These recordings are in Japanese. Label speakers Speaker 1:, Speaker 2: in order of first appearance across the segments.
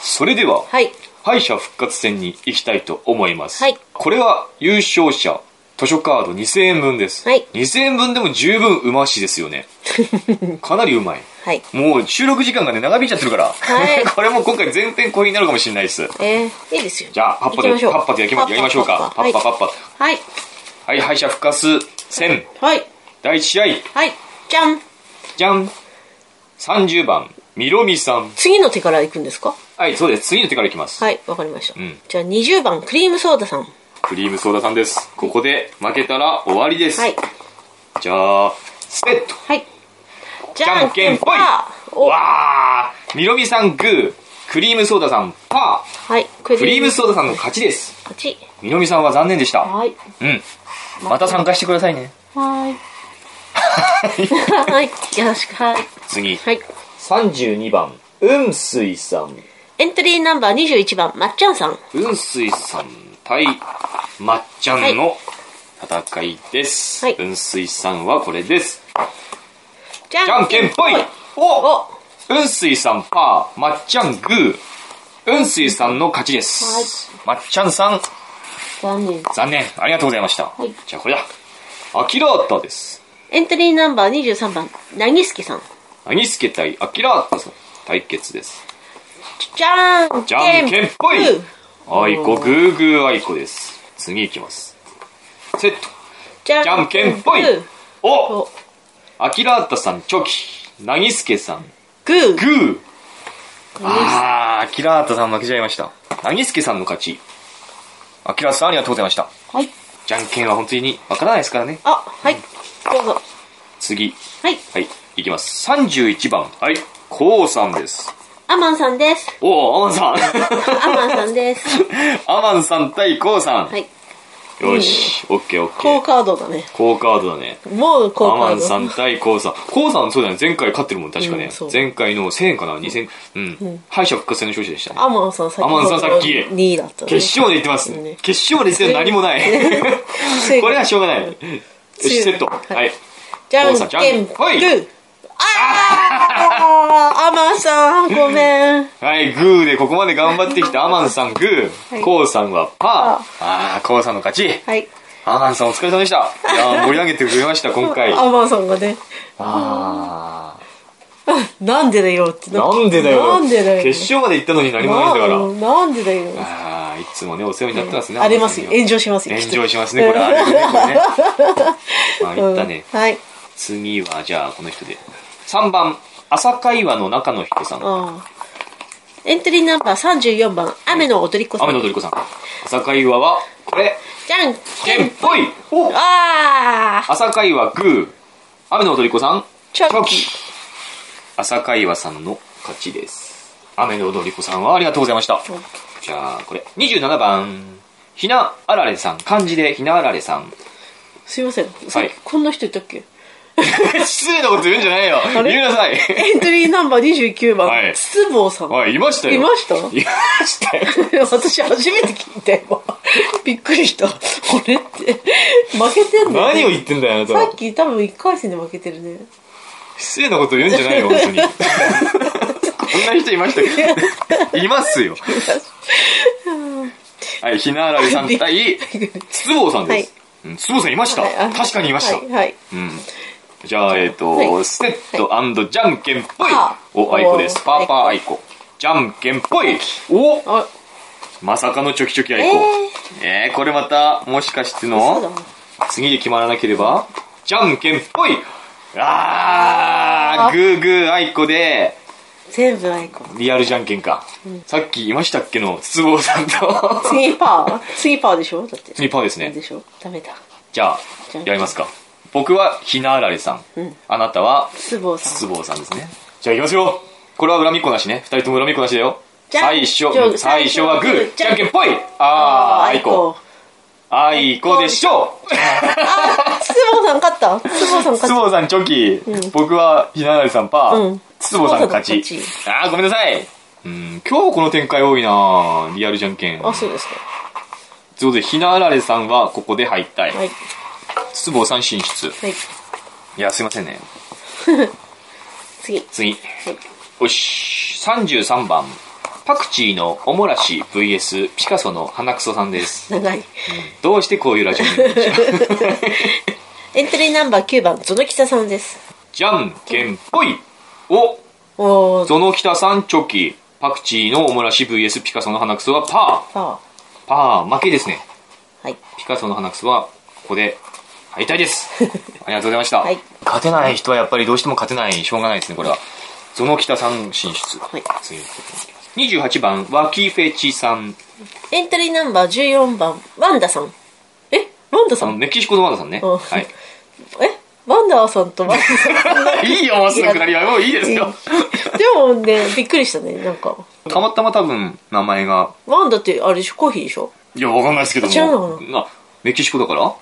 Speaker 1: それでは、
Speaker 2: はい。
Speaker 1: 敗者復活戦に行きたいと思います。
Speaker 2: はい
Speaker 1: これは優勝者、図書カード2000円分です。
Speaker 2: はい
Speaker 1: 2000円分でも十分うましですよね。かなりうまい。
Speaker 2: はい。
Speaker 1: もう収録時間がね、長引いちゃってるから。
Speaker 2: はい
Speaker 1: これも今回全編後編になるかもしれないです。
Speaker 2: えー、いいですよ。
Speaker 1: じゃあ、パッパ
Speaker 2: 行き
Speaker 1: で、
Speaker 2: ましょう
Speaker 1: パッパでやきまやりましょうか。パ
Speaker 2: パ
Speaker 1: ッ
Speaker 2: ッ
Speaker 1: パ
Speaker 2: パ
Speaker 1: パ
Speaker 2: パ
Speaker 1: ッパ。
Speaker 2: はい。
Speaker 1: はい、敗者復活戦、
Speaker 2: はい。
Speaker 1: 第1試合、
Speaker 2: はい。じゃん。
Speaker 1: じゃん。30番、みろみさん。
Speaker 2: 次の手から行くんですか
Speaker 1: はい、そうです。次の手からいきます。
Speaker 2: はい。わかりました。
Speaker 1: ん
Speaker 2: じゃあ20番、クリームソーダさん。は
Speaker 1: クリームソーダさんです。ここで負けたら終わりです。
Speaker 2: い。
Speaker 1: じゃあ、スペット。
Speaker 2: はい。
Speaker 1: じ
Speaker 2: じ
Speaker 1: ゃ
Speaker 2: ゃ
Speaker 1: ん
Speaker 2: ん
Speaker 1: け
Speaker 2: け
Speaker 1: ん
Speaker 2: ん
Speaker 1: ぽい
Speaker 2: パー。お
Speaker 1: わーみろみさんグー、クリームソーダさんパ
Speaker 2: はい。ク
Speaker 1: ー。クリームソーダさんの勝ちです。
Speaker 2: 勝ち。
Speaker 1: みろみさんは残念でした。
Speaker 2: はい。
Speaker 1: うん。また参加してくださいね。
Speaker 2: はい。はい。よろしく。はい。
Speaker 1: 次。
Speaker 2: はい。
Speaker 1: 32番、うんすいさん。
Speaker 2: エントリーナンバー21番、まっちゃんさん。
Speaker 1: うんすいさん対まっちゃんの戦いです。
Speaker 2: はい
Speaker 1: うんすいさんはこれです。
Speaker 2: じゃ
Speaker 1: じゃんけんぽいお
Speaker 2: お
Speaker 1: うんすいさんパー、まっちゃんグー。うんすいさんの勝ちです。まっちゃんさん、
Speaker 2: 残念。
Speaker 1: 残念。ありがとうございました。
Speaker 2: はい
Speaker 1: じゃあこれだ。アキラータです。
Speaker 2: エントリーナンバー23番、なぎすけさん。
Speaker 1: アニスケ対アキラータさん対決です。
Speaker 2: じゃんけん
Speaker 1: じゃんけんぽい
Speaker 2: グー
Speaker 1: あいこ、グーグーあいこです。次いきます。セット。
Speaker 2: じゃ
Speaker 1: じゃんけんぽい
Speaker 2: グー
Speaker 1: お
Speaker 2: お
Speaker 1: アキラータさんチョキ。なぎすけさん
Speaker 2: グー
Speaker 1: グー。あー、アキラータさん負けちゃいました。なぎすけさんの勝ち。アキラータさんありがとうございました。
Speaker 2: はい。
Speaker 1: じゃんけんは本当にわからないですからね。
Speaker 2: あ、はい。どうぞ。
Speaker 1: 次。
Speaker 2: はい。
Speaker 1: はい、いきます。31番。はい。こうさんです。
Speaker 2: アマンさんです。
Speaker 1: おー、アマンさん。
Speaker 2: アマンさんです。
Speaker 1: アマンさん対コウさん。
Speaker 2: はい。
Speaker 1: よし、オッケーオッケ
Speaker 2: 高
Speaker 1: ー。
Speaker 2: カードだね。
Speaker 1: コウカードだね。
Speaker 2: もう高
Speaker 1: ア
Speaker 2: カー
Speaker 1: マ
Speaker 2: ド。
Speaker 1: ンさん対コウさん。コウさん、そうだね。前回勝ってるもん、確かね
Speaker 2: うんそ。う
Speaker 1: 前回の1000円かな ?2000 円。うん。敗者復活戦の勝者でしたね。
Speaker 2: アマンさんさっき。
Speaker 1: アマンさんさっき
Speaker 2: 2位だったね。
Speaker 1: 決勝まで行ってます
Speaker 2: ね。
Speaker 1: 決勝まで行って何もない。
Speaker 2: 正 解
Speaker 1: これはしょうがない。よし、セット。
Speaker 2: はい
Speaker 1: はい。
Speaker 2: じゃん
Speaker 1: 父さんじゃん
Speaker 2: けん
Speaker 1: ほい
Speaker 2: グーあーアマンさん、ごめん。
Speaker 1: はい、グーでここまで頑張ってきたアマンさんグ
Speaker 2: は
Speaker 1: ー、
Speaker 2: い
Speaker 1: コウさんはパー。あー、コウさんの勝ち。
Speaker 2: はい。
Speaker 1: アマンさんお疲れ様でした。い やー盛り上げてくれました、今回。
Speaker 2: アマンさんがね、
Speaker 1: あ
Speaker 2: なんでだよって。
Speaker 1: なんでだよ。
Speaker 2: なんでだよ。
Speaker 1: 決勝まで行ったのに何もないんだから。
Speaker 2: ななんでだよ。
Speaker 1: ああ、いつもね、お世話になってますね。
Speaker 2: ありますよ。炎上しますよ。
Speaker 1: 炎上しますね、これ。あれね、これ ね。まあ、
Speaker 2: うん
Speaker 1: いったね。
Speaker 2: はい。
Speaker 1: 次は、じゃあ、この人で。3番、朝会話の中の人さん。
Speaker 2: ああエントリーナンバー34番、雨の踊り子さ
Speaker 1: 雨の
Speaker 2: ん。
Speaker 1: 踊り子さん。朝会話は、これ、
Speaker 2: じゃんけ
Speaker 1: けん
Speaker 2: ん。
Speaker 1: ぽいお
Speaker 2: ああ
Speaker 1: 朝会話グー。雨の踊り子さん、
Speaker 2: チョキ
Speaker 1: 朝会話さんの勝ちです。雨の踊り子さんはありがとうございました。じゃあ、これ、27番。ひなあられさん。漢字でひなあられさん。
Speaker 2: すいません。さっきこんな人いたっけ
Speaker 1: 失礼なこと言うんじゃないよ。言
Speaker 2: れ
Speaker 1: いなさい。
Speaker 2: エントリーナンバー29
Speaker 1: はい
Speaker 2: 番、筒坊さん。
Speaker 1: はい、いましたよ。
Speaker 2: いました
Speaker 1: いましたよ。
Speaker 2: 私初めて聞いたよ。 びっくりした。俺って、負けてんの
Speaker 1: 何を言ってんだよ、あなた
Speaker 2: さ
Speaker 1: は。
Speaker 2: っき多分1回戦で負けてるね。
Speaker 1: 失礼なこと言うんじゃないよ、本当に。こんな人いました っけいますよ。はい、ひなあられさん対、筒坊さんです。うん筒坊さんいました。
Speaker 2: はい
Speaker 1: 確かにいました。
Speaker 2: はいはい。
Speaker 1: うん。じゃあ、えっ、と、
Speaker 2: はい
Speaker 1: セットじゃんけんぽい。
Speaker 2: パー
Speaker 1: お、アイコです。
Speaker 2: おー
Speaker 1: パーパーアイコ。じゃんけんぽい。お
Speaker 2: あ、
Speaker 1: まさかのチョキチョキアイコ。えー、これまた、もしかして
Speaker 2: そうだ
Speaker 1: の
Speaker 2: な。
Speaker 1: 次で決まらなければ、じゃんけんぽい。あー、
Speaker 2: あー
Speaker 1: グーグーアイコで、
Speaker 2: 全部アイコン。
Speaker 1: リアルじゃんけんか。さっきいましたっけの、筒坊さんと。
Speaker 2: 次パー次パーでしょだって。
Speaker 1: 次パーですね
Speaker 2: で。しょダメだ。
Speaker 1: じゃあ
Speaker 2: じゃんけ、ん
Speaker 1: やりますか。僕はひなあられさん。あなたは、
Speaker 2: 筒坊さん。
Speaker 1: 筒坊さんですね。じゃあ行きますよこれは恨みっこなしね。二人とも恨みっこなしだよ。
Speaker 2: じゃん
Speaker 1: 最初
Speaker 2: じゃ、あ
Speaker 1: 最初はグー、じゃんけんぽいあー、あいこ。。あいこでしょ
Speaker 2: あ、つぼさん勝った。つぼさん
Speaker 1: つ
Speaker 2: 勝っ
Speaker 1: ぼさんチョキ、僕はひなあられさんパ
Speaker 2: う
Speaker 1: ー
Speaker 2: ん、
Speaker 1: つぼさんの勝
Speaker 2: つぼさ
Speaker 1: ち
Speaker 2: んの。
Speaker 1: あー、ごめんなさいうん、今日この展開多いなリアルじゃんけん。
Speaker 2: た。あ、そうですか。
Speaker 1: ということで、ひなあられさんはここで敗退。
Speaker 2: はい。
Speaker 1: つぼさん進出。
Speaker 2: はい。
Speaker 1: いや、すいませんね。
Speaker 2: 次。
Speaker 1: 次。よし。33番。パクチーのおもらし VS ピカソの鼻くそさんです。
Speaker 2: 長い。
Speaker 1: どうしてこういうラジオになるんでしょう
Speaker 2: エントリーナンバー9番、ゾノキサさんです。
Speaker 1: じゃんけんぽい お
Speaker 2: おー、
Speaker 1: ゾノキタさんチョキ。パクチーのおもらし VS ピカソの鼻くそはパ
Speaker 2: パ
Speaker 1: ー。パー負けですね。
Speaker 2: ー。はい。
Speaker 1: ピカソの鼻くそはここで敗退 です。ありがとうございました。
Speaker 2: はい
Speaker 1: 勝てない人はやっぱりどうしても勝てない、しょうがないですね、これは。ゾノキタさん進出。
Speaker 2: はい
Speaker 1: 次のことに行きます28番、ワキフェチさん。
Speaker 2: エントリーナンバー14番、ワンダさん。えワンダ
Speaker 1: あ
Speaker 2: さ
Speaker 1: の
Speaker 2: ん
Speaker 1: メキシコのワンダさんね。
Speaker 2: うん
Speaker 1: はい。
Speaker 2: えワンダーさんとワンダさん。
Speaker 1: いいよ、もうすぐくだりは。もういいです
Speaker 2: で
Speaker 1: よ。
Speaker 2: もね、びっくりしたね、なんか。
Speaker 1: たまたま多分、名前が。
Speaker 2: ワンダってあれでしょコーヒーでしょ
Speaker 1: いや、わかんないですけども。
Speaker 2: 違う
Speaker 1: なメキシコだから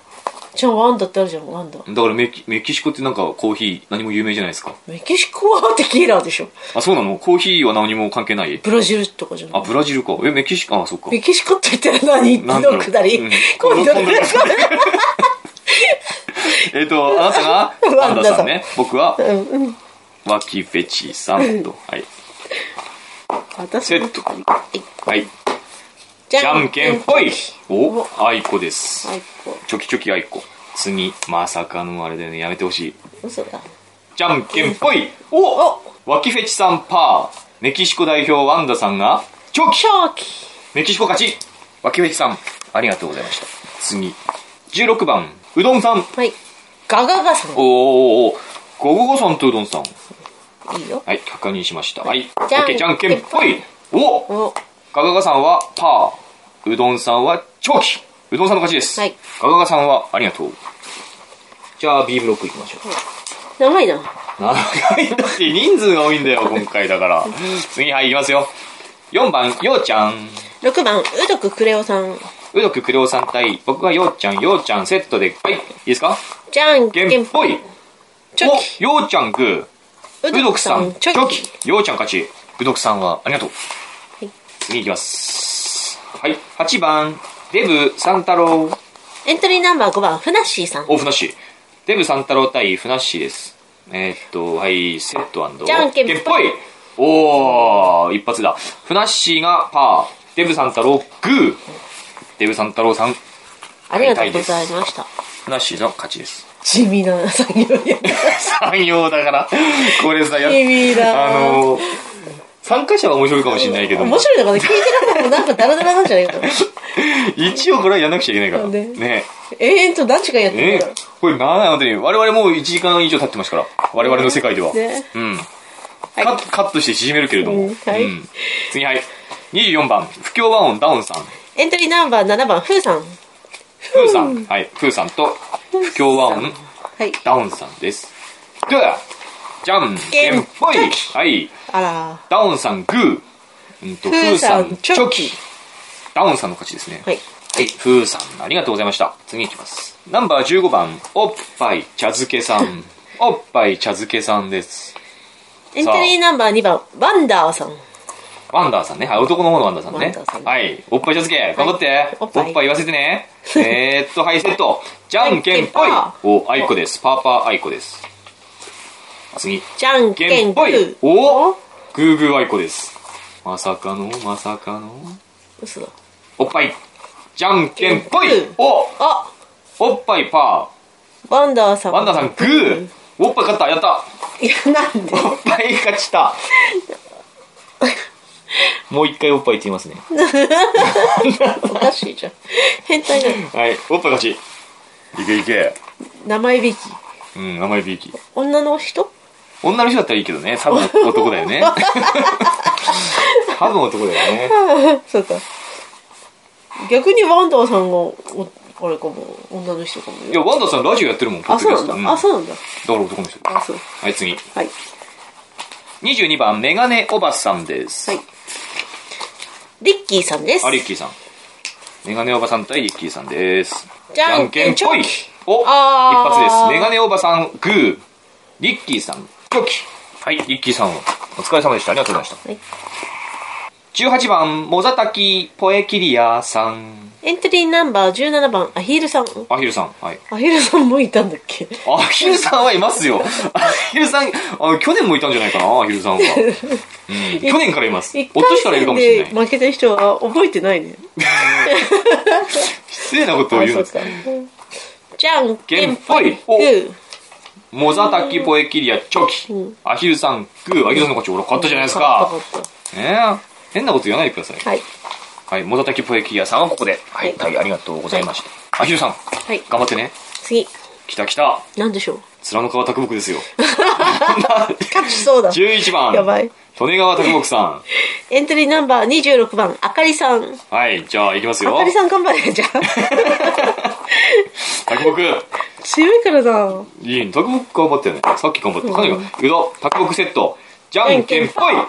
Speaker 2: じゃあワンダってあるじゃん、ワンダ。
Speaker 1: だからメキメキシコってなんかコーヒー何も有名じゃないですか。
Speaker 2: メキシコはテキーラでしょ
Speaker 1: あ、そうなのコーヒーは何も関係ない
Speaker 2: ブラジルとかじゃな
Speaker 1: あ、
Speaker 2: い
Speaker 1: ブラジルか。え、メキシコ、あ、そっか。
Speaker 2: メキシコって言ったら何
Speaker 1: なんだろ
Speaker 2: の
Speaker 1: う
Speaker 2: くだり。
Speaker 1: うん
Speaker 2: 今度
Speaker 1: 今度えっ、と、あなたがワ
Speaker 2: ワ
Speaker 1: ン
Speaker 2: ン
Speaker 1: ダ
Speaker 2: ダさん
Speaker 1: さんね。僕は
Speaker 2: うんうん。
Speaker 1: ワキフェチさんと。はい。
Speaker 2: 私
Speaker 1: セ
Speaker 2: も
Speaker 1: ット。はい。じゃんけんぽい。お、あいこです。
Speaker 2: 最高。
Speaker 1: チョキチョキあいこ。次、まさかのあれだよね。やめてほしい。
Speaker 2: 嘘だ。
Speaker 1: じゃんけんぽい。おワキフェチさんパー。メキシコ代表ワンダさんが、チョキ
Speaker 2: チョキ。
Speaker 1: メキシコ勝ちワキフェチさん、ありがとうございました。次、16番、うどんさん。
Speaker 2: はい。ガガガさん。
Speaker 1: おーおーおーゴゴゴさんとうどんさん。
Speaker 2: いいよ。
Speaker 1: はい、確認しました。はい。オ
Speaker 2: じゃん
Speaker 1: ッケーじゃんけんぽい。お
Speaker 2: お、
Speaker 1: ガガガさんはパー。うどんさんはチョキ。うどんさんの勝ちです。
Speaker 2: はい
Speaker 1: ガガガさんはありがとう。じゃあ B ブロックいきましょう。
Speaker 2: 長いな。
Speaker 1: 長いんだって人数が多いんだよ、今回だから。次、はい、いきますよ。4番、ようちゃん。
Speaker 2: 6番、ウドククレオさん。
Speaker 1: うどくくりょうさん対、僕がようちゃん、ようちゃんセットで、はい、いいですか
Speaker 2: じゃんけ
Speaker 1: ゲン
Speaker 2: ん
Speaker 1: ぽ
Speaker 2: ぽ
Speaker 1: い
Speaker 2: い。チョ
Speaker 1: おようちゃんグー。
Speaker 2: キ。
Speaker 1: うどくさん、チ
Speaker 2: チ
Speaker 1: ョ
Speaker 2: ョキ。
Speaker 1: キ。ようちゃん勝ち。うどくさんは、ありがとう。
Speaker 2: はい
Speaker 1: 次いきます。はい。8番、デブ、三太郎。
Speaker 2: エントリーナンバー5番、フナッシーさん。
Speaker 1: お、ふなっしー。デブ、三太郎対ふなっしーです。えーっと、はい、セット
Speaker 2: じゃんけんぽい
Speaker 1: ぽい。おー、一発だ。ふなっしーがパー。デブ、三太郎、グー。デブ、三太郎さん、
Speaker 2: ありがとうございました。
Speaker 1: ふなっしーの勝ちです。
Speaker 2: 地味な作業や。
Speaker 1: 産業だから、これさ、や
Speaker 2: 地味だ
Speaker 1: あのー、参加者は面白いかもしれないけども
Speaker 2: 面白いのかな聞いてる方もなんかダラダラなんじゃないかな。
Speaker 1: 一応これはやんなくちゃいけないから。
Speaker 2: ね
Speaker 1: ね
Speaker 2: 永遠と何時間やっ
Speaker 1: え。
Speaker 2: てるから。
Speaker 1: これなんなのに、我々もう1時間以上経ってますから。我々の世界では。
Speaker 2: ね
Speaker 1: うん。
Speaker 2: はい
Speaker 1: カカットして縮めるけれども。
Speaker 2: うんはい
Speaker 1: うん次、はい。24番、不協和音ダウンさん。
Speaker 2: エントリーナンバー7番、フーさん。
Speaker 1: フーさん。はい。フーさんと、不協和音
Speaker 2: はい。
Speaker 1: ダウンさんです。グーじゃんけんぽい
Speaker 2: チョキ
Speaker 1: はい。
Speaker 2: あら
Speaker 1: ダウンさん、グー。うんと、
Speaker 2: フーさんチョキ。
Speaker 1: ダウンさんの勝ちですね。
Speaker 2: はい。
Speaker 1: はい、ふーさん、ありがとうございました。次いきます。ナンバー15番、おっぱい茶漬けさ ん。おっぱい茶漬けさんです。
Speaker 2: エントリーナンバー2番、ワンダーさん。
Speaker 1: ワンダーさんね。はい、男の方のワンダーさん
Speaker 2: ワ
Speaker 1: ね
Speaker 2: ンダーさ。ん
Speaker 1: はい、おっぱい茶漬け、頑張って。
Speaker 2: おっぱい
Speaker 1: 言わせてね。えーっと、はい、セット。じゃんけんぽい
Speaker 2: じゃんけん。
Speaker 1: お、あいこです。パーパーあいこです。次。
Speaker 2: じゃん
Speaker 1: け
Speaker 2: け
Speaker 1: ん
Speaker 2: ん
Speaker 1: ぽ
Speaker 2: ぽ
Speaker 1: い
Speaker 2: い。
Speaker 1: おグーグーあいこです。まさかの、まさかの。
Speaker 2: 嘘だ。
Speaker 1: おっぱい。じゃんけんぽい
Speaker 2: じゃんけん。
Speaker 1: お、
Speaker 2: あ、
Speaker 1: おっぱいパー。
Speaker 2: ワンダーさん。
Speaker 1: ワンダさん、グーおっぱい勝ったやった
Speaker 2: いや、なんで
Speaker 1: おっぱい勝ち たもう一回おっぱいって言いますね。
Speaker 2: おかしいじゃん。変態だよ。
Speaker 1: はい、おっぱい勝ち。いけいけ。
Speaker 2: 名前引き。
Speaker 1: うん、名前びいき。
Speaker 2: 女の人
Speaker 1: 女の人だったらいいけどね、多分男だよね。多分男だよね。
Speaker 2: そうか。逆にワンダーさんが、おあれかも、女の人かも
Speaker 1: い
Speaker 2: よ。
Speaker 1: や、ワンダさんラジオやってるもん、ポ
Speaker 2: あ、
Speaker 1: ッドキ
Speaker 2: そ
Speaker 1: ャ
Speaker 2: う
Speaker 1: スト
Speaker 2: なんだ。あ、
Speaker 1: う
Speaker 2: そうなんだ。
Speaker 1: ん。だから男の人。
Speaker 2: あ、そう。
Speaker 1: はい、次。
Speaker 2: はい。
Speaker 1: 22番、メガネおばさんです。
Speaker 2: はい。リッキーさんです。
Speaker 1: あ、リッキーさん。メガネおばさん対リッキーさんです。
Speaker 2: じゃんけん
Speaker 1: ぽい
Speaker 2: チョキ
Speaker 1: お一
Speaker 2: あー
Speaker 1: 発です。メガネおばさん、グー。リッキーさん、チョキ。はい、リッキーさん、お疲れ様でした。ありがとうございました。
Speaker 2: はい
Speaker 1: 18番、モザタキ、ポエキリアさん。
Speaker 2: エントリーナンバー17番アヒルさん
Speaker 1: アヒルさん。はい。
Speaker 2: アヒルさんもいたんだっ け
Speaker 1: アヒルさんはいます よ。アヒルさん、あ去年もいたんじゃないかな、アヒルさんは。うん、去年からいます。
Speaker 2: 一
Speaker 1: お年からい
Speaker 2: 回
Speaker 1: るかも
Speaker 2: 戦
Speaker 1: しれ
Speaker 2: で
Speaker 1: ない。
Speaker 2: 負けた人は覚えてないね
Speaker 1: 失礼なことを言うんです
Speaker 2: あそうかじゃんけんぽい
Speaker 1: お
Speaker 2: グー
Speaker 1: モザタキ、ポエキリア、チョキ。アヒルさん、グー。アヒルさんの勝ち、俺勝ったじゃないですか。
Speaker 2: 勝った勝っ
Speaker 1: ねえ変なこと言わないでください。
Speaker 2: たはい
Speaker 1: はい、モザタキ、ポエキリアさんはここで。はい、
Speaker 2: は
Speaker 1: はいい、ありがとうございました。アヒルさん、
Speaker 2: はい
Speaker 1: 頑張ってね。
Speaker 2: 次
Speaker 1: 来た来た。
Speaker 2: なんでしょ う
Speaker 1: 面の川卓木 ですよ。
Speaker 2: 勝ちそうだ
Speaker 1: 11番。
Speaker 2: やばい
Speaker 1: 利根川卓木さん。
Speaker 2: エントリーナンバー26番あかりさんあ
Speaker 1: はい、じゃあ行きますよ。
Speaker 2: かりさん頑張れじゃ あ
Speaker 1: 卓木。
Speaker 2: 強いからだ
Speaker 1: いいね、卓木頑張ったよね。さっき頑張った。かなりが、うど、卓木セット。じゃんけん ぽいわ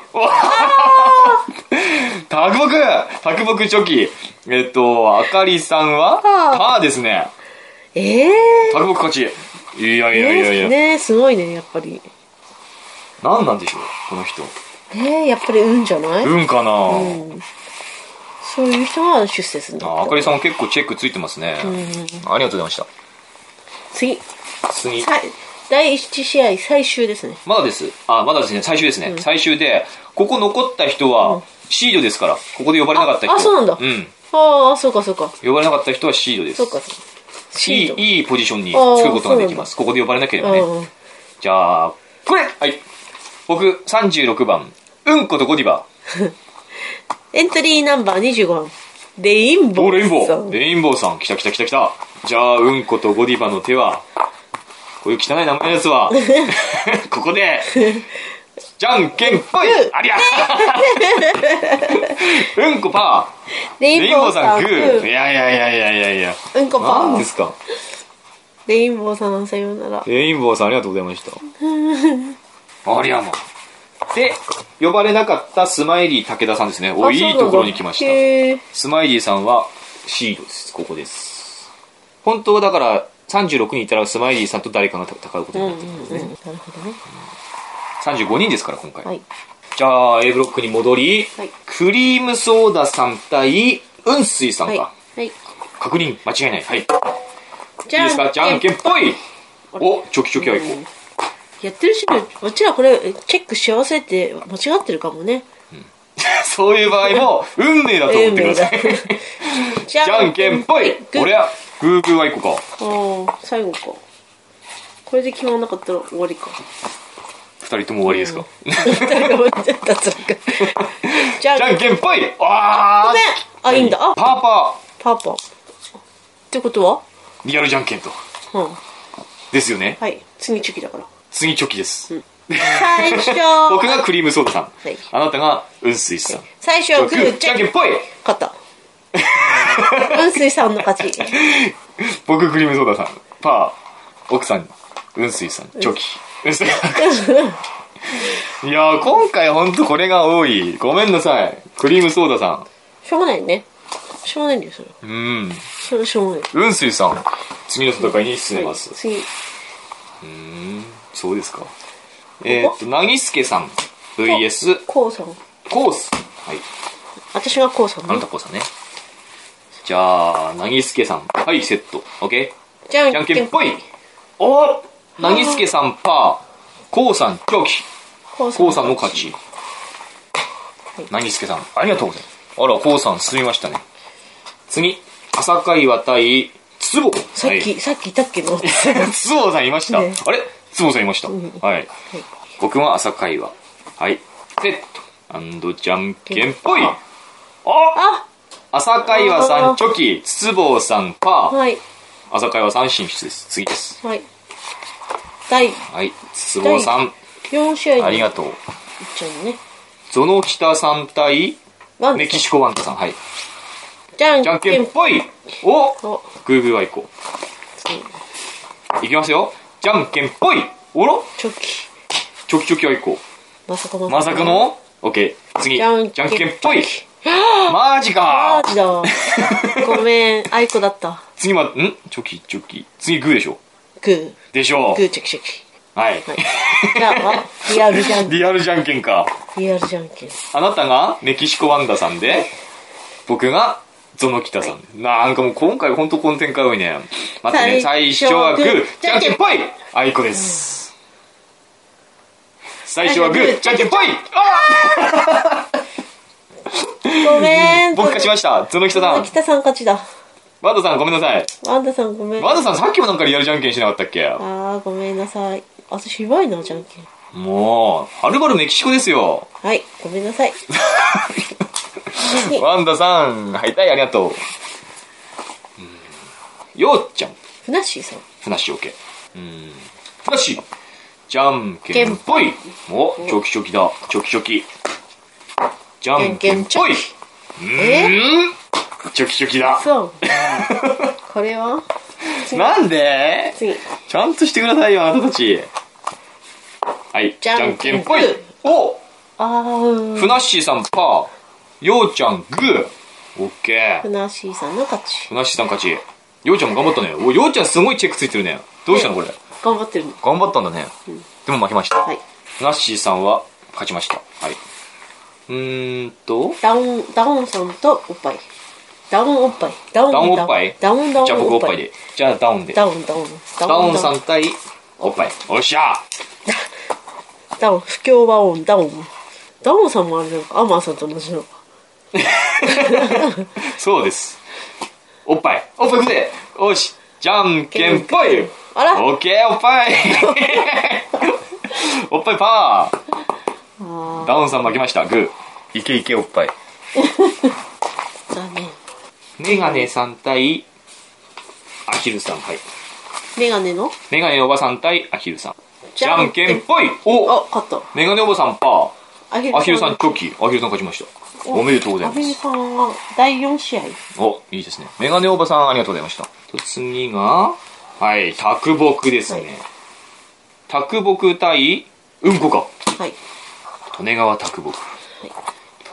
Speaker 1: 卓木卓木チョキえっと、あかりさんは
Speaker 2: パー
Speaker 1: パーですね。
Speaker 2: ええ
Speaker 1: 卓木勝ち。いやい
Speaker 2: ー、
Speaker 1: やいやいや。
Speaker 2: ねすごいねやっぱり
Speaker 1: 何なんでしょうこの人。
Speaker 2: ねやっぱり運じゃない、
Speaker 1: 運かな
Speaker 2: うんそういう人が出世するんだ
Speaker 1: ああかりさんも結構チェックついてますね。ありがとうございました。
Speaker 2: 次
Speaker 1: 次。
Speaker 2: さい第1試合最終ですね
Speaker 1: まだです。あ、まだですね。最終ですね。最終で、ここ残った人はシードですから、ここで呼ばれなかった人。
Speaker 2: ああそうなんだ
Speaker 1: うん。
Speaker 2: ああそうかそうか
Speaker 1: 呼ばれなかった人はシードです。
Speaker 2: そうかそうか
Speaker 1: い
Speaker 2: シ
Speaker 1: い
Speaker 2: ード、
Speaker 1: いいポジションにつくことができます。ここで呼ばれなければね。
Speaker 2: うんうん
Speaker 1: じゃあ、これはい。僕、36番、うんことゴディバ。
Speaker 2: エントリーナンバー25番レインボ
Speaker 1: お、レイン
Speaker 2: ー
Speaker 1: ボ
Speaker 2: さ
Speaker 1: ー。
Speaker 2: ん
Speaker 1: レインボーさん。来た来た来た来た。じゃあ、うんことゴディバの手は、こういう汚い名前のやつは、ここで、じゃんけんぽいありゃうんこパ
Speaker 2: レ
Speaker 1: ー。レインボーさんグー。い
Speaker 2: グ
Speaker 1: やいやいやいやいやいや。
Speaker 2: ーうんこパ
Speaker 1: 何で
Speaker 2: ー
Speaker 1: すか
Speaker 2: レインボーさんのさようなら
Speaker 1: レインボーさんありがとうございま した。ありゃまあ。で、呼ばれなかったスマイリー武田さんですね。お、
Speaker 2: あ
Speaker 1: いいところに来まし
Speaker 2: そうなん
Speaker 1: た。
Speaker 2: だへー
Speaker 1: スマイリーさんはシードです。ここです。本当はだから36人いたらスマイリーさんと誰かが戦うことに
Speaker 2: うん
Speaker 1: なっ
Speaker 2: う
Speaker 1: て
Speaker 2: ん
Speaker 1: る。
Speaker 2: うんなるほどね
Speaker 1: 35人ですから、今回。
Speaker 2: はい
Speaker 1: じゃあ、A ブロックに戻り、
Speaker 2: はい
Speaker 1: クリームソーダさん対雲水さん
Speaker 2: は
Speaker 1: か。
Speaker 2: いはい
Speaker 1: 確認、間違いない。はい。いい
Speaker 2: じ
Speaker 1: ですかじゃんけんぽいお、チョキチョキはいこう。
Speaker 2: やってるしうちらこれチェック幸せって間違ってるかもね
Speaker 1: そういう場合も、運命だと思ってください。
Speaker 2: じ
Speaker 1: じゃんけんぽい
Speaker 2: グー
Speaker 1: 俺はグーグーはいこか。
Speaker 2: おー最後かこれで決まんなかったら終わりか
Speaker 1: 二人とも終わりですか。
Speaker 2: 誰が終わっちゃったつらくじゃん
Speaker 1: じゃ
Speaker 2: けん
Speaker 1: んけんぽいあ
Speaker 2: ごめんあいいんだあ
Speaker 1: ーパーパ
Speaker 2: パーパーってことは
Speaker 1: ー、リアルじゃんけんと。
Speaker 2: うん
Speaker 1: ですよね。
Speaker 2: はい次チョキだから
Speaker 1: 次チョキです。
Speaker 2: 最初
Speaker 1: 僕がクリームソーダさん
Speaker 2: い。
Speaker 1: あなたがうんすいさん。
Speaker 2: 最初
Speaker 1: じゃ
Speaker 2: は
Speaker 1: あ
Speaker 2: グ
Speaker 1: グ
Speaker 2: ー
Speaker 1: ー、
Speaker 2: じ
Speaker 1: じ
Speaker 2: ゃ
Speaker 1: ゃ
Speaker 2: ん
Speaker 1: ん
Speaker 2: けん
Speaker 1: けんぽい
Speaker 2: 勝ったうんすいさんの勝ち
Speaker 1: 僕クリームソーダさん。パー、奥さん、うんすいさん、チョキ。うんすいさんいやー、今回ほんとこれが多い。ごめんなさい。クリームソーダさ
Speaker 2: しょうがないねしょうがないんだよそれは
Speaker 1: ん。うん。
Speaker 2: それはしょうがない
Speaker 1: うんすいさん、次の戦いに進めます。
Speaker 2: 次
Speaker 1: そうですか。えーっと、なぎすけさん、VS、
Speaker 2: こうさん
Speaker 1: コース。はい。
Speaker 2: 私がこうさん
Speaker 1: あ
Speaker 2: ね
Speaker 1: なたコースだね。じゃあ、なぎすけさん。はい、セット。オッケ
Speaker 2: じゃ
Speaker 1: ーじゃんけんぽい
Speaker 2: こ
Speaker 1: おなぎすけさんパー、コウさんチョキ、
Speaker 2: うさん
Speaker 1: コウさんの勝ち。なぎすけさん、ありがとうございます。あら、コウさん進みましたね。次、朝会話対、つぼ。
Speaker 2: さっ
Speaker 1: はい
Speaker 2: き、さっきいたっけの
Speaker 1: つぼさんいました。
Speaker 2: ね
Speaker 1: あれつぼさんいました。はい。僕は朝会話。はい。セット。アンドじゃんけんぽい。
Speaker 2: あ
Speaker 1: あ
Speaker 2: あ
Speaker 1: 朝会話さ
Speaker 2: あー
Speaker 1: んチョキ、つつぼうさんパー。
Speaker 2: はい
Speaker 1: 朝会話さん進出です。次です。
Speaker 2: はい第
Speaker 1: はい。つつぼうさん、
Speaker 2: 4試合
Speaker 1: ありが
Speaker 2: と
Speaker 1: とう。
Speaker 2: うっちゃうね
Speaker 1: ゾノキタさん対、
Speaker 2: ワン
Speaker 1: メキシコワンタさん。はい。
Speaker 2: じゃん
Speaker 1: じゃん
Speaker 2: け
Speaker 1: け
Speaker 2: ん
Speaker 1: んぽい。お
Speaker 2: お
Speaker 1: グーグーは行こ
Speaker 2: 次
Speaker 1: う。いきますよ。じゃんけんぽい。おろ
Speaker 2: チョキ
Speaker 1: チョキチョキは行こ
Speaker 2: まさかの
Speaker 1: う。まさかのオッケー。次。
Speaker 2: じ
Speaker 1: じ
Speaker 2: ゃ
Speaker 1: ゃ
Speaker 2: ん
Speaker 1: ん
Speaker 2: け
Speaker 1: け
Speaker 2: ん
Speaker 1: んぽい。マジか
Speaker 2: あーだごめんあいこだった
Speaker 1: 次は、んチョキチョキ。次グーでしょ。
Speaker 2: グー
Speaker 1: でしょ
Speaker 2: グーチョキチョキ
Speaker 1: う。はい。
Speaker 2: じゃあ、リアルじゃんけん。
Speaker 1: リアルじゃんけんか。
Speaker 2: リアルじゃんけん。
Speaker 1: あなたがメキシコワンダさんで、僕がゾノキタさんで。なんかもう今回ほんとこの展開多いね。待ってね、最
Speaker 2: 最
Speaker 1: 初はグー、じ
Speaker 2: じ
Speaker 1: ゃ
Speaker 2: ゃ
Speaker 1: ん
Speaker 2: ん
Speaker 1: け
Speaker 2: け
Speaker 1: ん
Speaker 2: ん
Speaker 1: ぽいあいこです。最初はグー、じゃんけんぽいあ
Speaker 2: ごめん。
Speaker 1: ー僕勝ちました。ゾノキタさん。
Speaker 2: 北さん勝ちだ。
Speaker 1: ワンダさんごめんなさい。
Speaker 2: ワンダさんごめん。
Speaker 1: ワンダさんさっきもなんかリアルじゃんけんしなかったっけ
Speaker 2: ああ、ごめんなさい。私、弱いな、じゃんけん。
Speaker 1: もう、はるばるメキシコですよ。
Speaker 2: はい、ごめんなさい。次、
Speaker 1: ワンダさん、はい、たい、ありがとう。うんようちゃん、
Speaker 2: ふなっしーさん。
Speaker 1: ふなっしー OK。うん。ふなっしー、じゃんけんぽい。お、チョキチョキだ、チョキチョキ。じゃんけんぽい。
Speaker 2: え
Speaker 1: うん、チョキチョキだ。
Speaker 2: そう。これは
Speaker 1: なんで
Speaker 2: 次。
Speaker 1: ちゃんとしてくださいよ、あなたたち。はい、じ
Speaker 2: じゃ
Speaker 1: ゃん
Speaker 2: ん
Speaker 1: け
Speaker 2: け
Speaker 1: ん
Speaker 2: ん
Speaker 1: ぽ
Speaker 2: ぽ
Speaker 1: い
Speaker 2: い。
Speaker 1: お、
Speaker 2: ああ、うん
Speaker 1: ふ。なっしーさんパー、ようちゃんグー。OK
Speaker 2: ふ。なっしーさんの勝ち。
Speaker 1: ふなっしーさん勝ち。ようちゃんも頑張ったね。おようちゃんすごいチェックついてるね。どうしたのこれ。
Speaker 2: 頑張ってるの。
Speaker 1: 頑張ったんだね。でも負けました。
Speaker 2: はい。
Speaker 1: ふなっしーさんは勝ちました。はい。うーんと、
Speaker 2: ダウン、ダウンさんとおっぱい。ダウンおっぱい。ダウン
Speaker 1: ダウンおっぱい
Speaker 2: ダウンダウン
Speaker 1: じゃあ僕おっぱいで。。じゃあダウンで。
Speaker 2: ダウンダウン。
Speaker 1: ダウンさ
Speaker 2: ん。
Speaker 1: ん対おっぱい。おっしゃ
Speaker 2: ダウン、不協和音、ダウン。ダウンさんもあれなんか、アマーさんと同じの。
Speaker 1: そうです。おっぱい。おっぱいくぜおし、じゃんけんぽい
Speaker 2: あら
Speaker 1: オッケーおっぱ いおっぱいパーダウンさん負けました。グー。いけいけおっぱい。
Speaker 2: 残念。
Speaker 1: メガネさん対アヒルさん、はい。
Speaker 2: メガネの
Speaker 1: メガネおばさん対アヒルさん。じ
Speaker 2: じ
Speaker 1: ゃ
Speaker 2: ゃ
Speaker 1: ん
Speaker 2: ん
Speaker 1: け
Speaker 2: け
Speaker 1: ん
Speaker 2: ん
Speaker 1: ぽいお
Speaker 2: あ、勝った。
Speaker 1: メガネおばさんパ
Speaker 2: アヒ
Speaker 1: ー。アヒルさんチョキ。アヒルさん勝ちました。おめでとうござい
Speaker 2: アヒ
Speaker 1: ま
Speaker 2: ル
Speaker 1: す。
Speaker 2: さんは第4試合。
Speaker 1: お、いいですね。メガネおばさんありがとうございました。と次が、はい、卓木です
Speaker 2: はい
Speaker 1: ね。卓木対、うんこか。
Speaker 2: はい。
Speaker 1: 利根川卓木。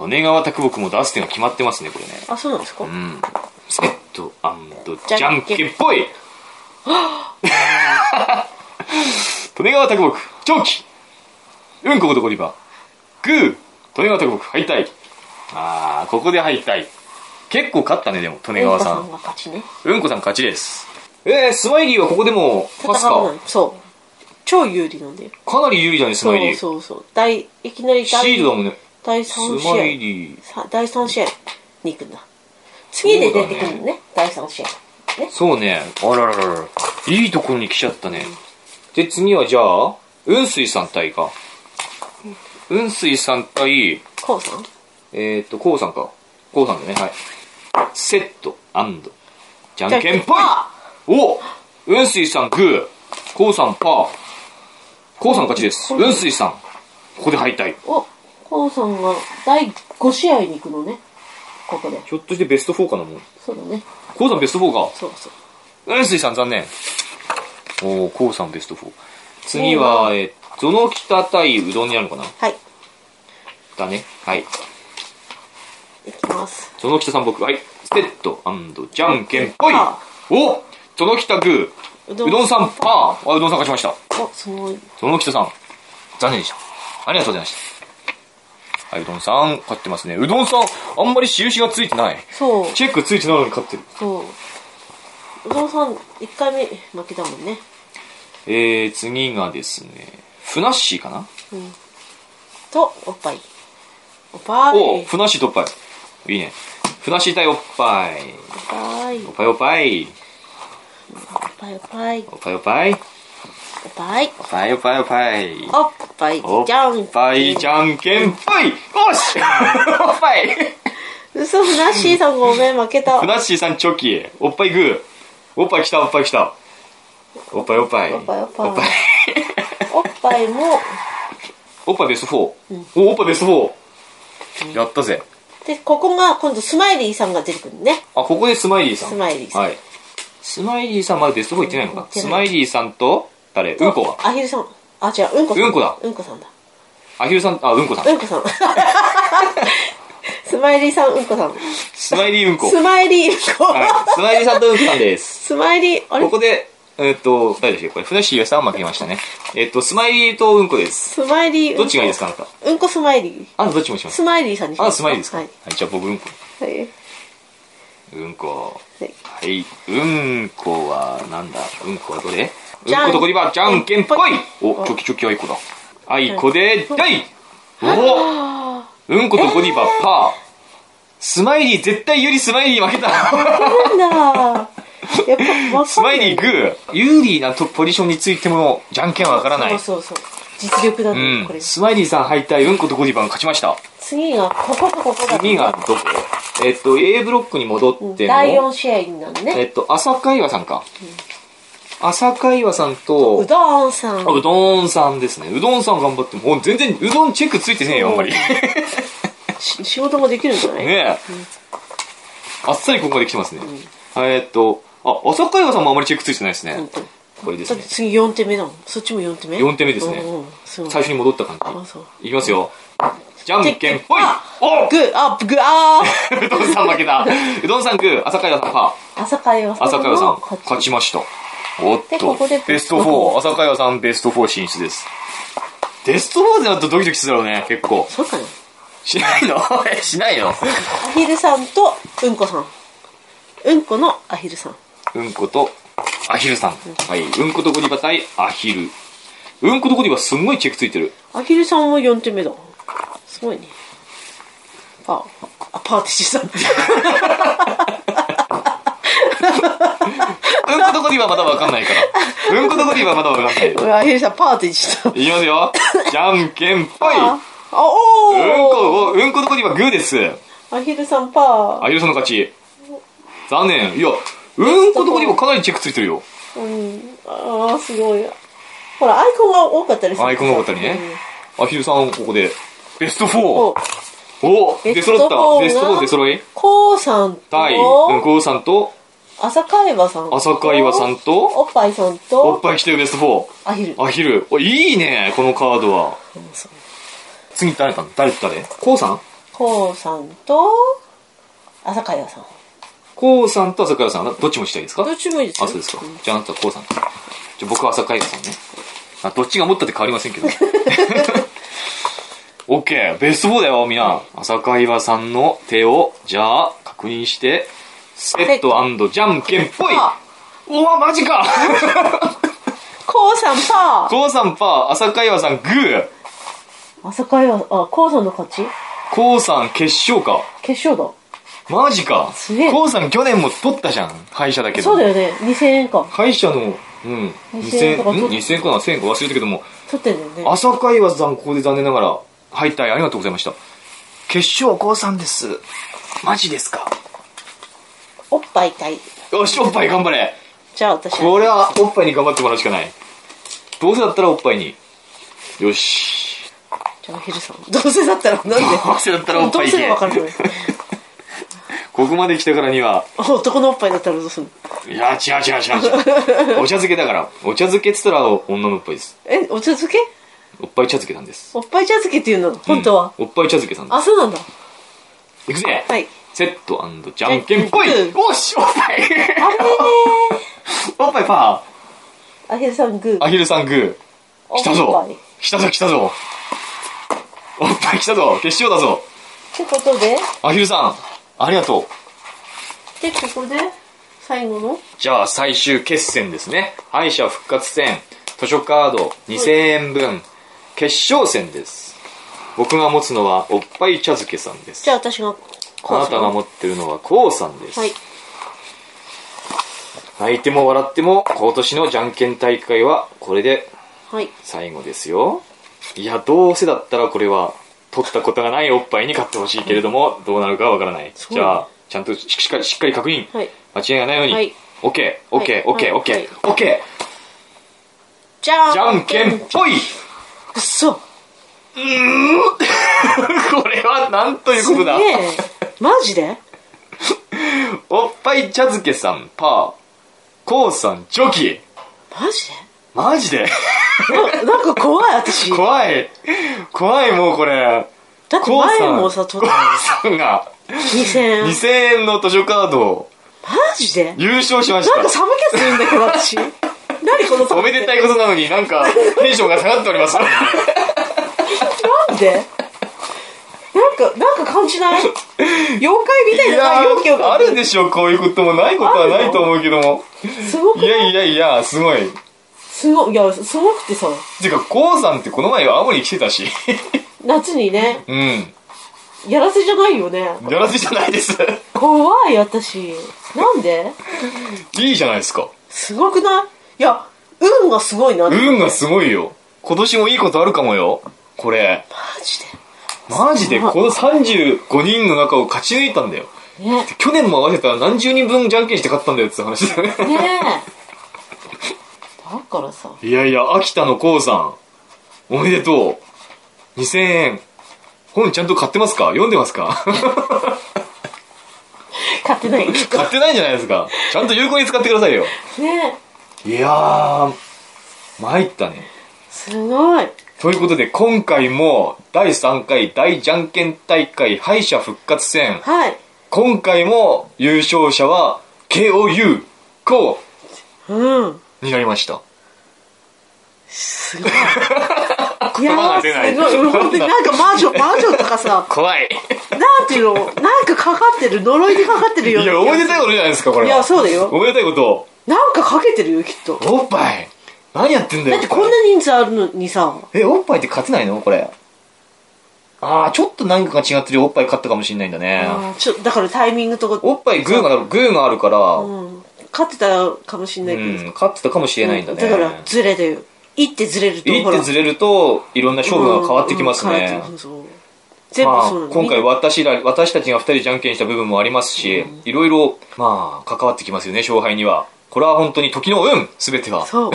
Speaker 1: 利根川卓木も出す点が決まってますね、これね。
Speaker 2: あ、そうなんですか、
Speaker 1: うん。セットじゃんけんぽ い利根川拓木、長期うんこことゴリバグー利根川拓木、敗退あー、ここで敗退。結構勝ったね、でも、利根川さ
Speaker 2: うんこ
Speaker 1: ん。
Speaker 2: が勝ちね。
Speaker 1: うんこさん勝ちです。えー、スマイリーはここでも、勝つ
Speaker 2: 戦わ
Speaker 1: か
Speaker 2: ない。。そう。超有利なんだよ。
Speaker 1: かなり有利だね、ス
Speaker 2: そ
Speaker 1: マイリ
Speaker 2: う
Speaker 1: ー。
Speaker 2: そうそう。第、いきなり
Speaker 1: シ
Speaker 2: 第
Speaker 1: ールだもんね。
Speaker 2: 第
Speaker 1: ス
Speaker 2: 3
Speaker 1: マイ
Speaker 2: 試合。
Speaker 1: リー。
Speaker 2: さ第3試合に行くんだ。次で出てくるのね。第3試合。ね。
Speaker 1: そうね。あらららら。いいところに来ちゃったね。で、次はじゃあ、雲水さん対か。雲水さん対、
Speaker 2: こうさん
Speaker 1: えっ、ー、と、こうさんか。こうさんだね。はい。セット、アンド。じゃんけんぽい
Speaker 2: あ
Speaker 1: お雲水さんグー。こうさんパー。こうさんの勝ちです。雲水さん。ここで敗退。
Speaker 2: お、こうさんが第5試合に行くのね。ここで。
Speaker 1: ひょっとしてベスト4かな、もう。
Speaker 2: そうだね。
Speaker 1: こうさんベスト4か。
Speaker 2: そうそう。
Speaker 1: うんすいさん残念。おー、こうさんベスト4。次は、えー、ゾノキタ対うどんになるのかな
Speaker 2: はい。
Speaker 1: だね。はい。
Speaker 2: いきます。
Speaker 1: ゾノキタさん僕、はい。セットじゃんけんぽい
Speaker 2: パ
Speaker 1: おゾノキタグ
Speaker 2: う
Speaker 1: ー。うどんさんパー。あ、うどんさん勝ちました。
Speaker 2: お、すごい。
Speaker 1: ゾノキタさん、残念でした。ありがとうございました。はい、うどんさん、勝ってますね。うどんさん、あんまり印がついてない。
Speaker 2: そう。
Speaker 1: チェックついてないのに勝ってる。
Speaker 2: そう。うどんさん、1回目負けたもんね。
Speaker 1: えー、次がですね、ふなっしーかな
Speaker 2: と、おっぱい。おっぱい。
Speaker 1: お
Speaker 2: おっ
Speaker 1: ふなっしーとおっぱい。いいね。ふなっしー対おっぱい。
Speaker 2: ぱい。お
Speaker 1: お
Speaker 2: っ
Speaker 1: っぱいおっぱい。
Speaker 2: ぱい、おっぱい。
Speaker 1: おっぱいおっぱい。
Speaker 2: おっぱい。
Speaker 1: おっぱいおっぱいおっぱい。
Speaker 2: おっぱい。じゃん。
Speaker 1: おっぱいじゃんけんぽい。おし おっぱい。
Speaker 2: 嘘、ふなっしーさんごめん、負けた。
Speaker 1: ふ
Speaker 2: おっ
Speaker 1: なっしーさんチョキ。おっぱいグー。おっぱい来たおっぱい来た。おっぱいおっぱい。
Speaker 2: おっぱいおっぱい
Speaker 1: おっぱい。
Speaker 2: ぱいも、
Speaker 1: おっぱいベスト 4?、お、おっぱいベスト 4! やったぜ。
Speaker 2: で、ここが、今度、スマイリーさんが出てくるね。
Speaker 1: あ、ここでスマイリーさん。
Speaker 2: スマイリーさん
Speaker 1: はい。スマイリーさんまだベスト4行ってないの
Speaker 2: 行
Speaker 1: か
Speaker 2: っ。てない
Speaker 1: スマイリーさんと、誰うんこは
Speaker 2: アヒルさん。あ、違う、うんこさん。
Speaker 1: うんこだ
Speaker 2: うんこさんだ。
Speaker 1: アヒルさん、あ、うんこさん
Speaker 2: う。んこさん。 スマイリーさん、うんこさん。
Speaker 1: スマイリーうんこ。
Speaker 2: スマイリー、うんこ。
Speaker 1: はい。スマイリーさんとうんこさんです。
Speaker 2: スマイリー、あれ
Speaker 1: ここで、えっと、誰でしたっけこれ、ふなっしーはさん負けましたね。えっと、スマイリーとうんこです。
Speaker 2: スマイリー
Speaker 1: どっちがいいですかあなた。
Speaker 2: うんこスマイリー
Speaker 1: あなたどっちもします
Speaker 2: ス。マイリーさんにしま
Speaker 1: あ、スマイリーですか、
Speaker 2: は
Speaker 1: はいい、じゃあ僕、うんこ。
Speaker 2: はい
Speaker 1: うんこ。
Speaker 2: はい
Speaker 1: はい。うんこは、なんだうんこはどれう
Speaker 2: じゃ
Speaker 1: ん
Speaker 2: ん
Speaker 1: ことこりば、じゃんけんぽい
Speaker 2: お
Speaker 1: お、チョキチョキあいこだ。あいこで、大お
Speaker 2: あ
Speaker 1: うんことこりば、パー。スマイリー、絶対よりスマイリー負けた。
Speaker 2: ーなんだやっぱ分かんない
Speaker 1: スマイリー、グー。有利なとポジションについても、じゃんけんはわからない。
Speaker 2: そうそうそう実力だ
Speaker 1: う
Speaker 2: ね、こ
Speaker 1: ん。
Speaker 2: れ
Speaker 1: スマイリーさん敗退、うんことこりばが勝ちました。
Speaker 2: 次がこことここだ
Speaker 1: 次がどこえっと、A ブロックに戻っても。
Speaker 2: 第4試合になる
Speaker 1: え
Speaker 2: ね
Speaker 1: っと、浅香岩さんか。浅香岩さんと、
Speaker 2: うどんさん
Speaker 1: あうどんさんですね。うどんさん頑張っても、お全然、うどんチェックついてねえよ、あんま り。ね
Speaker 2: し仕事もできるんじゃない、
Speaker 1: え。あっさりここまで来てますね。えっと、あ、浅香岩さんもあんまりチェックついてないです
Speaker 2: うん
Speaker 1: ね。
Speaker 2: と
Speaker 1: これで
Speaker 2: だ
Speaker 1: す
Speaker 2: って
Speaker 1: ね。
Speaker 2: 次4手目なのそっちも4手目
Speaker 1: 四手目ですね
Speaker 2: うんうんすごい
Speaker 1: 最初に戻った感
Speaker 2: あそう
Speaker 1: じ。いきますよ。じゃんけん、ほいお
Speaker 2: グーアップグーあ
Speaker 1: うどんさん負けた。うどんさんグー、浅香岩さんパー。
Speaker 2: ー朝会は
Speaker 1: 朝香代さん勝ちましたおっ
Speaker 2: で
Speaker 1: と
Speaker 2: ここで
Speaker 1: ベスト4朝香代さんベスト4進出ですベスト4でなるとドキドキするだろうね結構
Speaker 2: そうかな
Speaker 1: しないの えしないの
Speaker 2: アヒルさんとうんこさんうんこのアヒルさん
Speaker 1: うんことアヒルさんはいうんことゴディバ対アヒルうんことゴディバすんごいチェックついてる
Speaker 2: アヒルさんも4手目だすごいねパーあパーティシーさん
Speaker 1: うんことゴディバまだわかんないからうんことゴディバまだわかんない
Speaker 2: 俺アヒルさんパーティシーさん
Speaker 1: いきますよじゃんけんぽい
Speaker 2: あ
Speaker 1: うん
Speaker 2: お
Speaker 1: こ
Speaker 2: お
Speaker 1: うんことゴディバグーです
Speaker 2: アヒルさんパー
Speaker 1: アヒルさんの勝ち残念いやうんことゴディバかなりチェックついてるよ
Speaker 2: うんああすごいほらアイコンが多かったりする
Speaker 1: アイコンが多かったりね、アヒルさんここでベスト 4!
Speaker 2: うん
Speaker 1: お
Speaker 2: こ
Speaker 1: 出揃ったベ
Speaker 2: ベ
Speaker 1: ス
Speaker 2: ス
Speaker 1: ト4
Speaker 2: ト4が
Speaker 1: 出揃いう
Speaker 2: さん
Speaker 1: 対
Speaker 2: と
Speaker 1: ゴーさんと
Speaker 2: 朝会話さんと
Speaker 1: 浅香岩さんと
Speaker 2: おっぱいさん
Speaker 1: おっ
Speaker 2: と
Speaker 1: ぱい来てるベスト
Speaker 2: アヒル
Speaker 1: 4! アヒルおいいねこのカードは次誰か誰と誰コウさん
Speaker 2: こうさんと朝会話さん
Speaker 1: コウさんと浅香さんどっちもしたいですか
Speaker 2: どっちもいいです
Speaker 1: あ
Speaker 2: よ
Speaker 1: そうですかじゃああなたはコウさんじゃあ僕は浅香さんねあどっちが持ったって変わりません けどオッケーベスト4だよみんな浅香岩さんの手をじゃあ確認してセットじゃんけんぽい
Speaker 2: あ
Speaker 1: おわマジか
Speaker 2: こうさんパ
Speaker 1: コウさんパー浅香岩さんグー
Speaker 2: ー朝会話あこうさんの勝ち
Speaker 1: コウさん決勝か
Speaker 2: 決勝だ
Speaker 1: マジか
Speaker 2: すげえ
Speaker 1: コウさん去年も取ったじゃん敗者だけど
Speaker 2: そうだよね2000円か
Speaker 1: 敗者のうん2000
Speaker 2: 2000円とか取っ
Speaker 1: ん2000かな1000か忘れたけども
Speaker 2: 取ってんだよね
Speaker 1: 朝会は残酷で残念ながら敗退ありがとうございました決勝は高さんですマジですか
Speaker 2: おっぱい対
Speaker 1: よしおっぱい頑張れ
Speaker 2: じゃあ私
Speaker 1: これはおっぱいに頑張ってもらうしかないどうせだったらおっぱいによし
Speaker 2: じゃあアヒルさんどうせだったらなんで
Speaker 1: どうせだったらおっ
Speaker 2: ど
Speaker 1: ぱ
Speaker 2: う
Speaker 1: い
Speaker 2: す
Speaker 1: 行
Speaker 2: れ
Speaker 1: け
Speaker 2: ばわかるのよ
Speaker 1: ここまで来たからには
Speaker 2: 男のおっぱいだったらどうするの
Speaker 1: いや違う違う違う違 うお茶漬けだからお茶漬けっつったら女のおっぱいです
Speaker 2: えお茶漬け
Speaker 1: おっぱい茶漬けなんです
Speaker 2: おっぱい茶漬けっていうの本当は、
Speaker 1: うんおっぱい茶漬けさんで
Speaker 2: あそうなんだ
Speaker 1: すいくぜ、
Speaker 2: はい
Speaker 1: セットじゃんけんぽい
Speaker 2: じゃんけんぽ
Speaker 1: おしおっぱい
Speaker 2: あれね
Speaker 1: おっぱいパ
Speaker 2: アヒルさんグー
Speaker 1: ーアヒルさんグー
Speaker 2: おっ
Speaker 1: 来た
Speaker 2: ぱ
Speaker 1: ぞ
Speaker 2: い
Speaker 1: 来たぞ来たぞおっぱい来たぞ決勝だぞ
Speaker 2: ってことで
Speaker 1: アヒルさんありがとう
Speaker 2: でここで最後の
Speaker 1: じゃあ最終決戦ですね敗者復活戦図書カード2000円分決勝戦です僕が持つのはおっぱい茶漬けさんです
Speaker 2: じゃあ私が
Speaker 1: あなたが持ってるのはこうさんです、
Speaker 2: はい
Speaker 1: 泣いても笑っても今年のじゃんけん大会はこれで
Speaker 2: はい
Speaker 1: 最後ですよいやどうせだったらこれは取ったことがないおっぱいに勝ってほしいけれどもどうなるかわからない
Speaker 2: そう
Speaker 1: じゃあちゃんとししっかりしっかり確認、
Speaker 2: はい
Speaker 1: 間違いがないように、
Speaker 2: はい
Speaker 1: OKOKOKOKOK、
Speaker 2: はい
Speaker 1: OK
Speaker 2: じゃん
Speaker 1: じゃんけんぽいう
Speaker 2: っそ
Speaker 1: これはなんという
Speaker 2: す
Speaker 1: こ
Speaker 2: げ
Speaker 1: とだ
Speaker 2: えマジで
Speaker 1: おっぱい茶漬けさんパーこうさんチョキ
Speaker 2: マジ
Speaker 1: マジで
Speaker 2: でな なんか怖い私だ
Speaker 1: 怖い怖いもうこれ
Speaker 2: って前もさ取
Speaker 1: こ
Speaker 2: っ
Speaker 1: う
Speaker 2: た
Speaker 1: さんが
Speaker 2: 2000円
Speaker 1: 2000円の図書カードを
Speaker 2: マジで
Speaker 1: 優勝しまし
Speaker 2: なん
Speaker 1: た
Speaker 2: か寒気するんだけど私何この
Speaker 1: おめでたいことなのになんかテンションが下がっております。
Speaker 2: なんでなんか、なんか感じない妖怪みたいな
Speaker 1: ー
Speaker 2: 妖気を
Speaker 1: あ
Speaker 2: 感じ
Speaker 1: るでしょ、こういうこともないことはないと思うけども。
Speaker 2: すごく
Speaker 1: いやいやいや、すごい。
Speaker 2: すごい、いや、すごくてさ、
Speaker 1: てか、コウさんってこの前青森来てたし。
Speaker 2: 夏にね、
Speaker 1: うん。
Speaker 2: やらせじゃないよね。
Speaker 1: やらせじゃないです。
Speaker 2: 怖い、私。なんで
Speaker 1: いいじゃないですか。
Speaker 2: すごくないいや、運がすごいな。マ
Speaker 1: 運がすごいよ。今年もいいことあるかもよ。これ。
Speaker 2: ジ
Speaker 1: マジで、この35人の中を勝ち抜いたんだよ。
Speaker 2: で。ね。
Speaker 1: 去年も合わせたら何十人分じゃんけんして勝ったんだよって話だよね。
Speaker 2: ねえ。だからさ、
Speaker 1: いやいや、秋田のこうさん、おめでとう。2000円。本ちゃんと買ってますか読んでますか
Speaker 2: 買ってない。ね
Speaker 1: 買ってないんじゃないですかちゃんと有効に使ってくださいよ。
Speaker 2: え。
Speaker 1: いやー、参ったね。
Speaker 2: すごい。
Speaker 1: ということで、今回も第3回大じゃんけん大会敗者復活戦。
Speaker 2: はい。
Speaker 1: 今回も優勝者は KOU、こ
Speaker 2: うん。
Speaker 1: うになりました。
Speaker 2: すごい。い
Speaker 1: 言葉
Speaker 2: や
Speaker 1: が
Speaker 2: ーす
Speaker 1: 出ない
Speaker 2: ごいうん。本当になんか 魔女、魔女とかさ、
Speaker 1: 怖い。
Speaker 2: なんていうの、なんかかかってる、呪いにかかってる
Speaker 1: い
Speaker 2: ような気
Speaker 1: や、
Speaker 2: が
Speaker 1: おめでたいことじゃないですか、これは。
Speaker 2: いやそうだよ
Speaker 1: おめでたいこと。
Speaker 2: なんかかけてるよ、きっと。
Speaker 1: おっぱい。何やってんだよ。
Speaker 2: だってこんな人数あるのにさ、
Speaker 1: え、おっぱいって勝てないのこれ。あー、ちょっと何かが違ってるよおっぱい勝ったかもしれないんだね。
Speaker 2: ちょだからタイミングとか、
Speaker 1: おっぱいグーが、グーがあるから、
Speaker 2: う、
Speaker 1: うん
Speaker 2: 勝ってたかもしれないけど、
Speaker 1: ん、勝ってたかもしれないんだね。
Speaker 2: だから、ずれだよ。一手ずれると、
Speaker 1: 一
Speaker 2: ほら。
Speaker 1: 手ずれると、いろんな勝負が変わってきます
Speaker 2: うんうん変
Speaker 1: ね
Speaker 2: わっ。てくそう全部
Speaker 1: まあ
Speaker 2: そうな、の。
Speaker 1: 今回私ら、私たちが二人でじゃんけんした部分もありますし、いろいろ、まあ、関わってきますよね、勝敗には。これは本当に時の運、すべては。
Speaker 2: そう。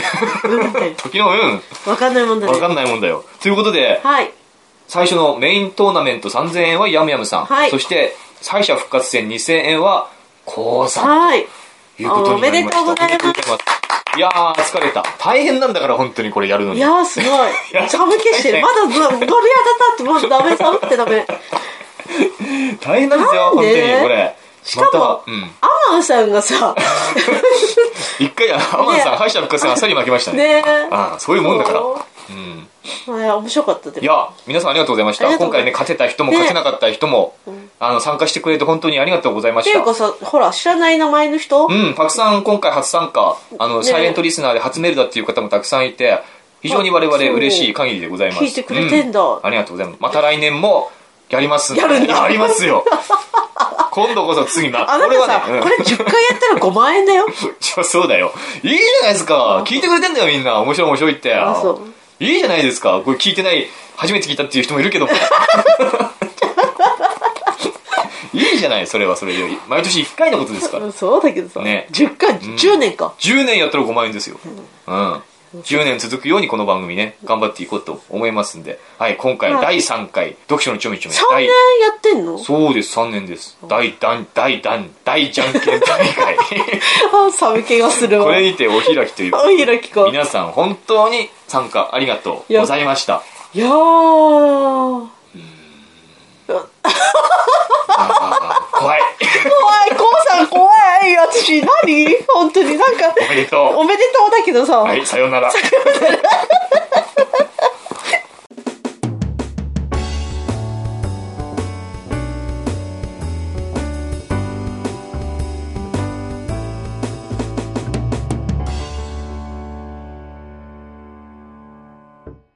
Speaker 2: うんだよ
Speaker 1: 時の運、
Speaker 2: わかんないもんだ
Speaker 1: わか
Speaker 2: ね。
Speaker 1: んないもんだよ。ということで、
Speaker 2: はい。
Speaker 1: 最初のメイントーナメント3000円はヤムヤムさん、
Speaker 2: はい
Speaker 1: そして敗者復活戦2000円はコウさん
Speaker 2: はい。
Speaker 1: ということになりました
Speaker 2: おめでとうございます
Speaker 1: おめでとうございますいやー疲れた大変なんだから本当にこれやるの
Speaker 2: い
Speaker 1: に
Speaker 2: やー、すごい
Speaker 1: や。
Speaker 2: 寒気してる。まだど、鳥肌立って、まだダメ、寒くてダメ。
Speaker 1: 大変なんですよ
Speaker 2: なん
Speaker 1: 本当に
Speaker 2: で
Speaker 1: これ
Speaker 2: しか
Speaker 1: ま
Speaker 2: も、
Speaker 1: た、
Speaker 2: アマンさん がさ、
Speaker 1: うん、一回アマンさん、
Speaker 2: ね
Speaker 1: 敗者復活戦あっさり負けましたね
Speaker 2: ね
Speaker 1: ああそういうもんだからうん
Speaker 2: いや、面白かったで
Speaker 1: い
Speaker 2: も。
Speaker 1: や皆さんありがとうございまし
Speaker 2: あ
Speaker 1: た
Speaker 2: りがと
Speaker 1: 今
Speaker 2: うござ
Speaker 1: 回
Speaker 2: い
Speaker 1: ね
Speaker 2: ます
Speaker 1: 勝てた人も勝てなかった人も、あの参加してくれて本当にありがとうございま
Speaker 2: て
Speaker 1: し
Speaker 2: い
Speaker 1: た
Speaker 2: うかさ、ほら、知らない名前の人
Speaker 1: うん、たくさん今回初参加、あの、
Speaker 2: ね
Speaker 1: サイレントリスナーで初メールだっていう方もたくさんいて、非常に我々嬉しい限りでございます。
Speaker 2: 聞いてくれてんだ
Speaker 1: うありがとうございます。また来年もやりますで
Speaker 2: やるんだ
Speaker 1: やります よ。今度こそ次な。
Speaker 2: あな
Speaker 1: こ
Speaker 2: たさ、
Speaker 1: れはね
Speaker 2: これ10回やったら5万円だ よ。
Speaker 1: うんちょそうだよ。いいじゃないですか。聞いてくれてんだよ、みんな。面白い面白いって。
Speaker 2: あそう
Speaker 1: いいじゃないですか。これ聞いてない、初めて聞いたっていう人もいるけ ども。いいじゃない、それはそれで。毎年1回のことですから。
Speaker 2: そうだけどさ、
Speaker 1: ね
Speaker 2: 10回、10年か。
Speaker 1: 10年やったら5万円ですよ。うん。10年続くようにこの番組ね、頑張っていこうと思いますんで。はい、今回
Speaker 2: はい
Speaker 1: 第3回、読書のちょみちょみ。
Speaker 2: 3
Speaker 1: 第
Speaker 2: 年やってんの
Speaker 1: そうです、3年です。大団、大団、大じゃんけん大 会。
Speaker 2: あ、寒気がするわ。
Speaker 1: これにてお開きという
Speaker 2: お開きか。
Speaker 1: 皆さん本当に参加ありがとうございました。
Speaker 2: いやー。
Speaker 1: あー怖い。
Speaker 2: 怖い、コウさん怖い。私、何本当になんか、
Speaker 1: おめでと
Speaker 2: おめでとうだけどさ、
Speaker 1: う。はい、さようなら。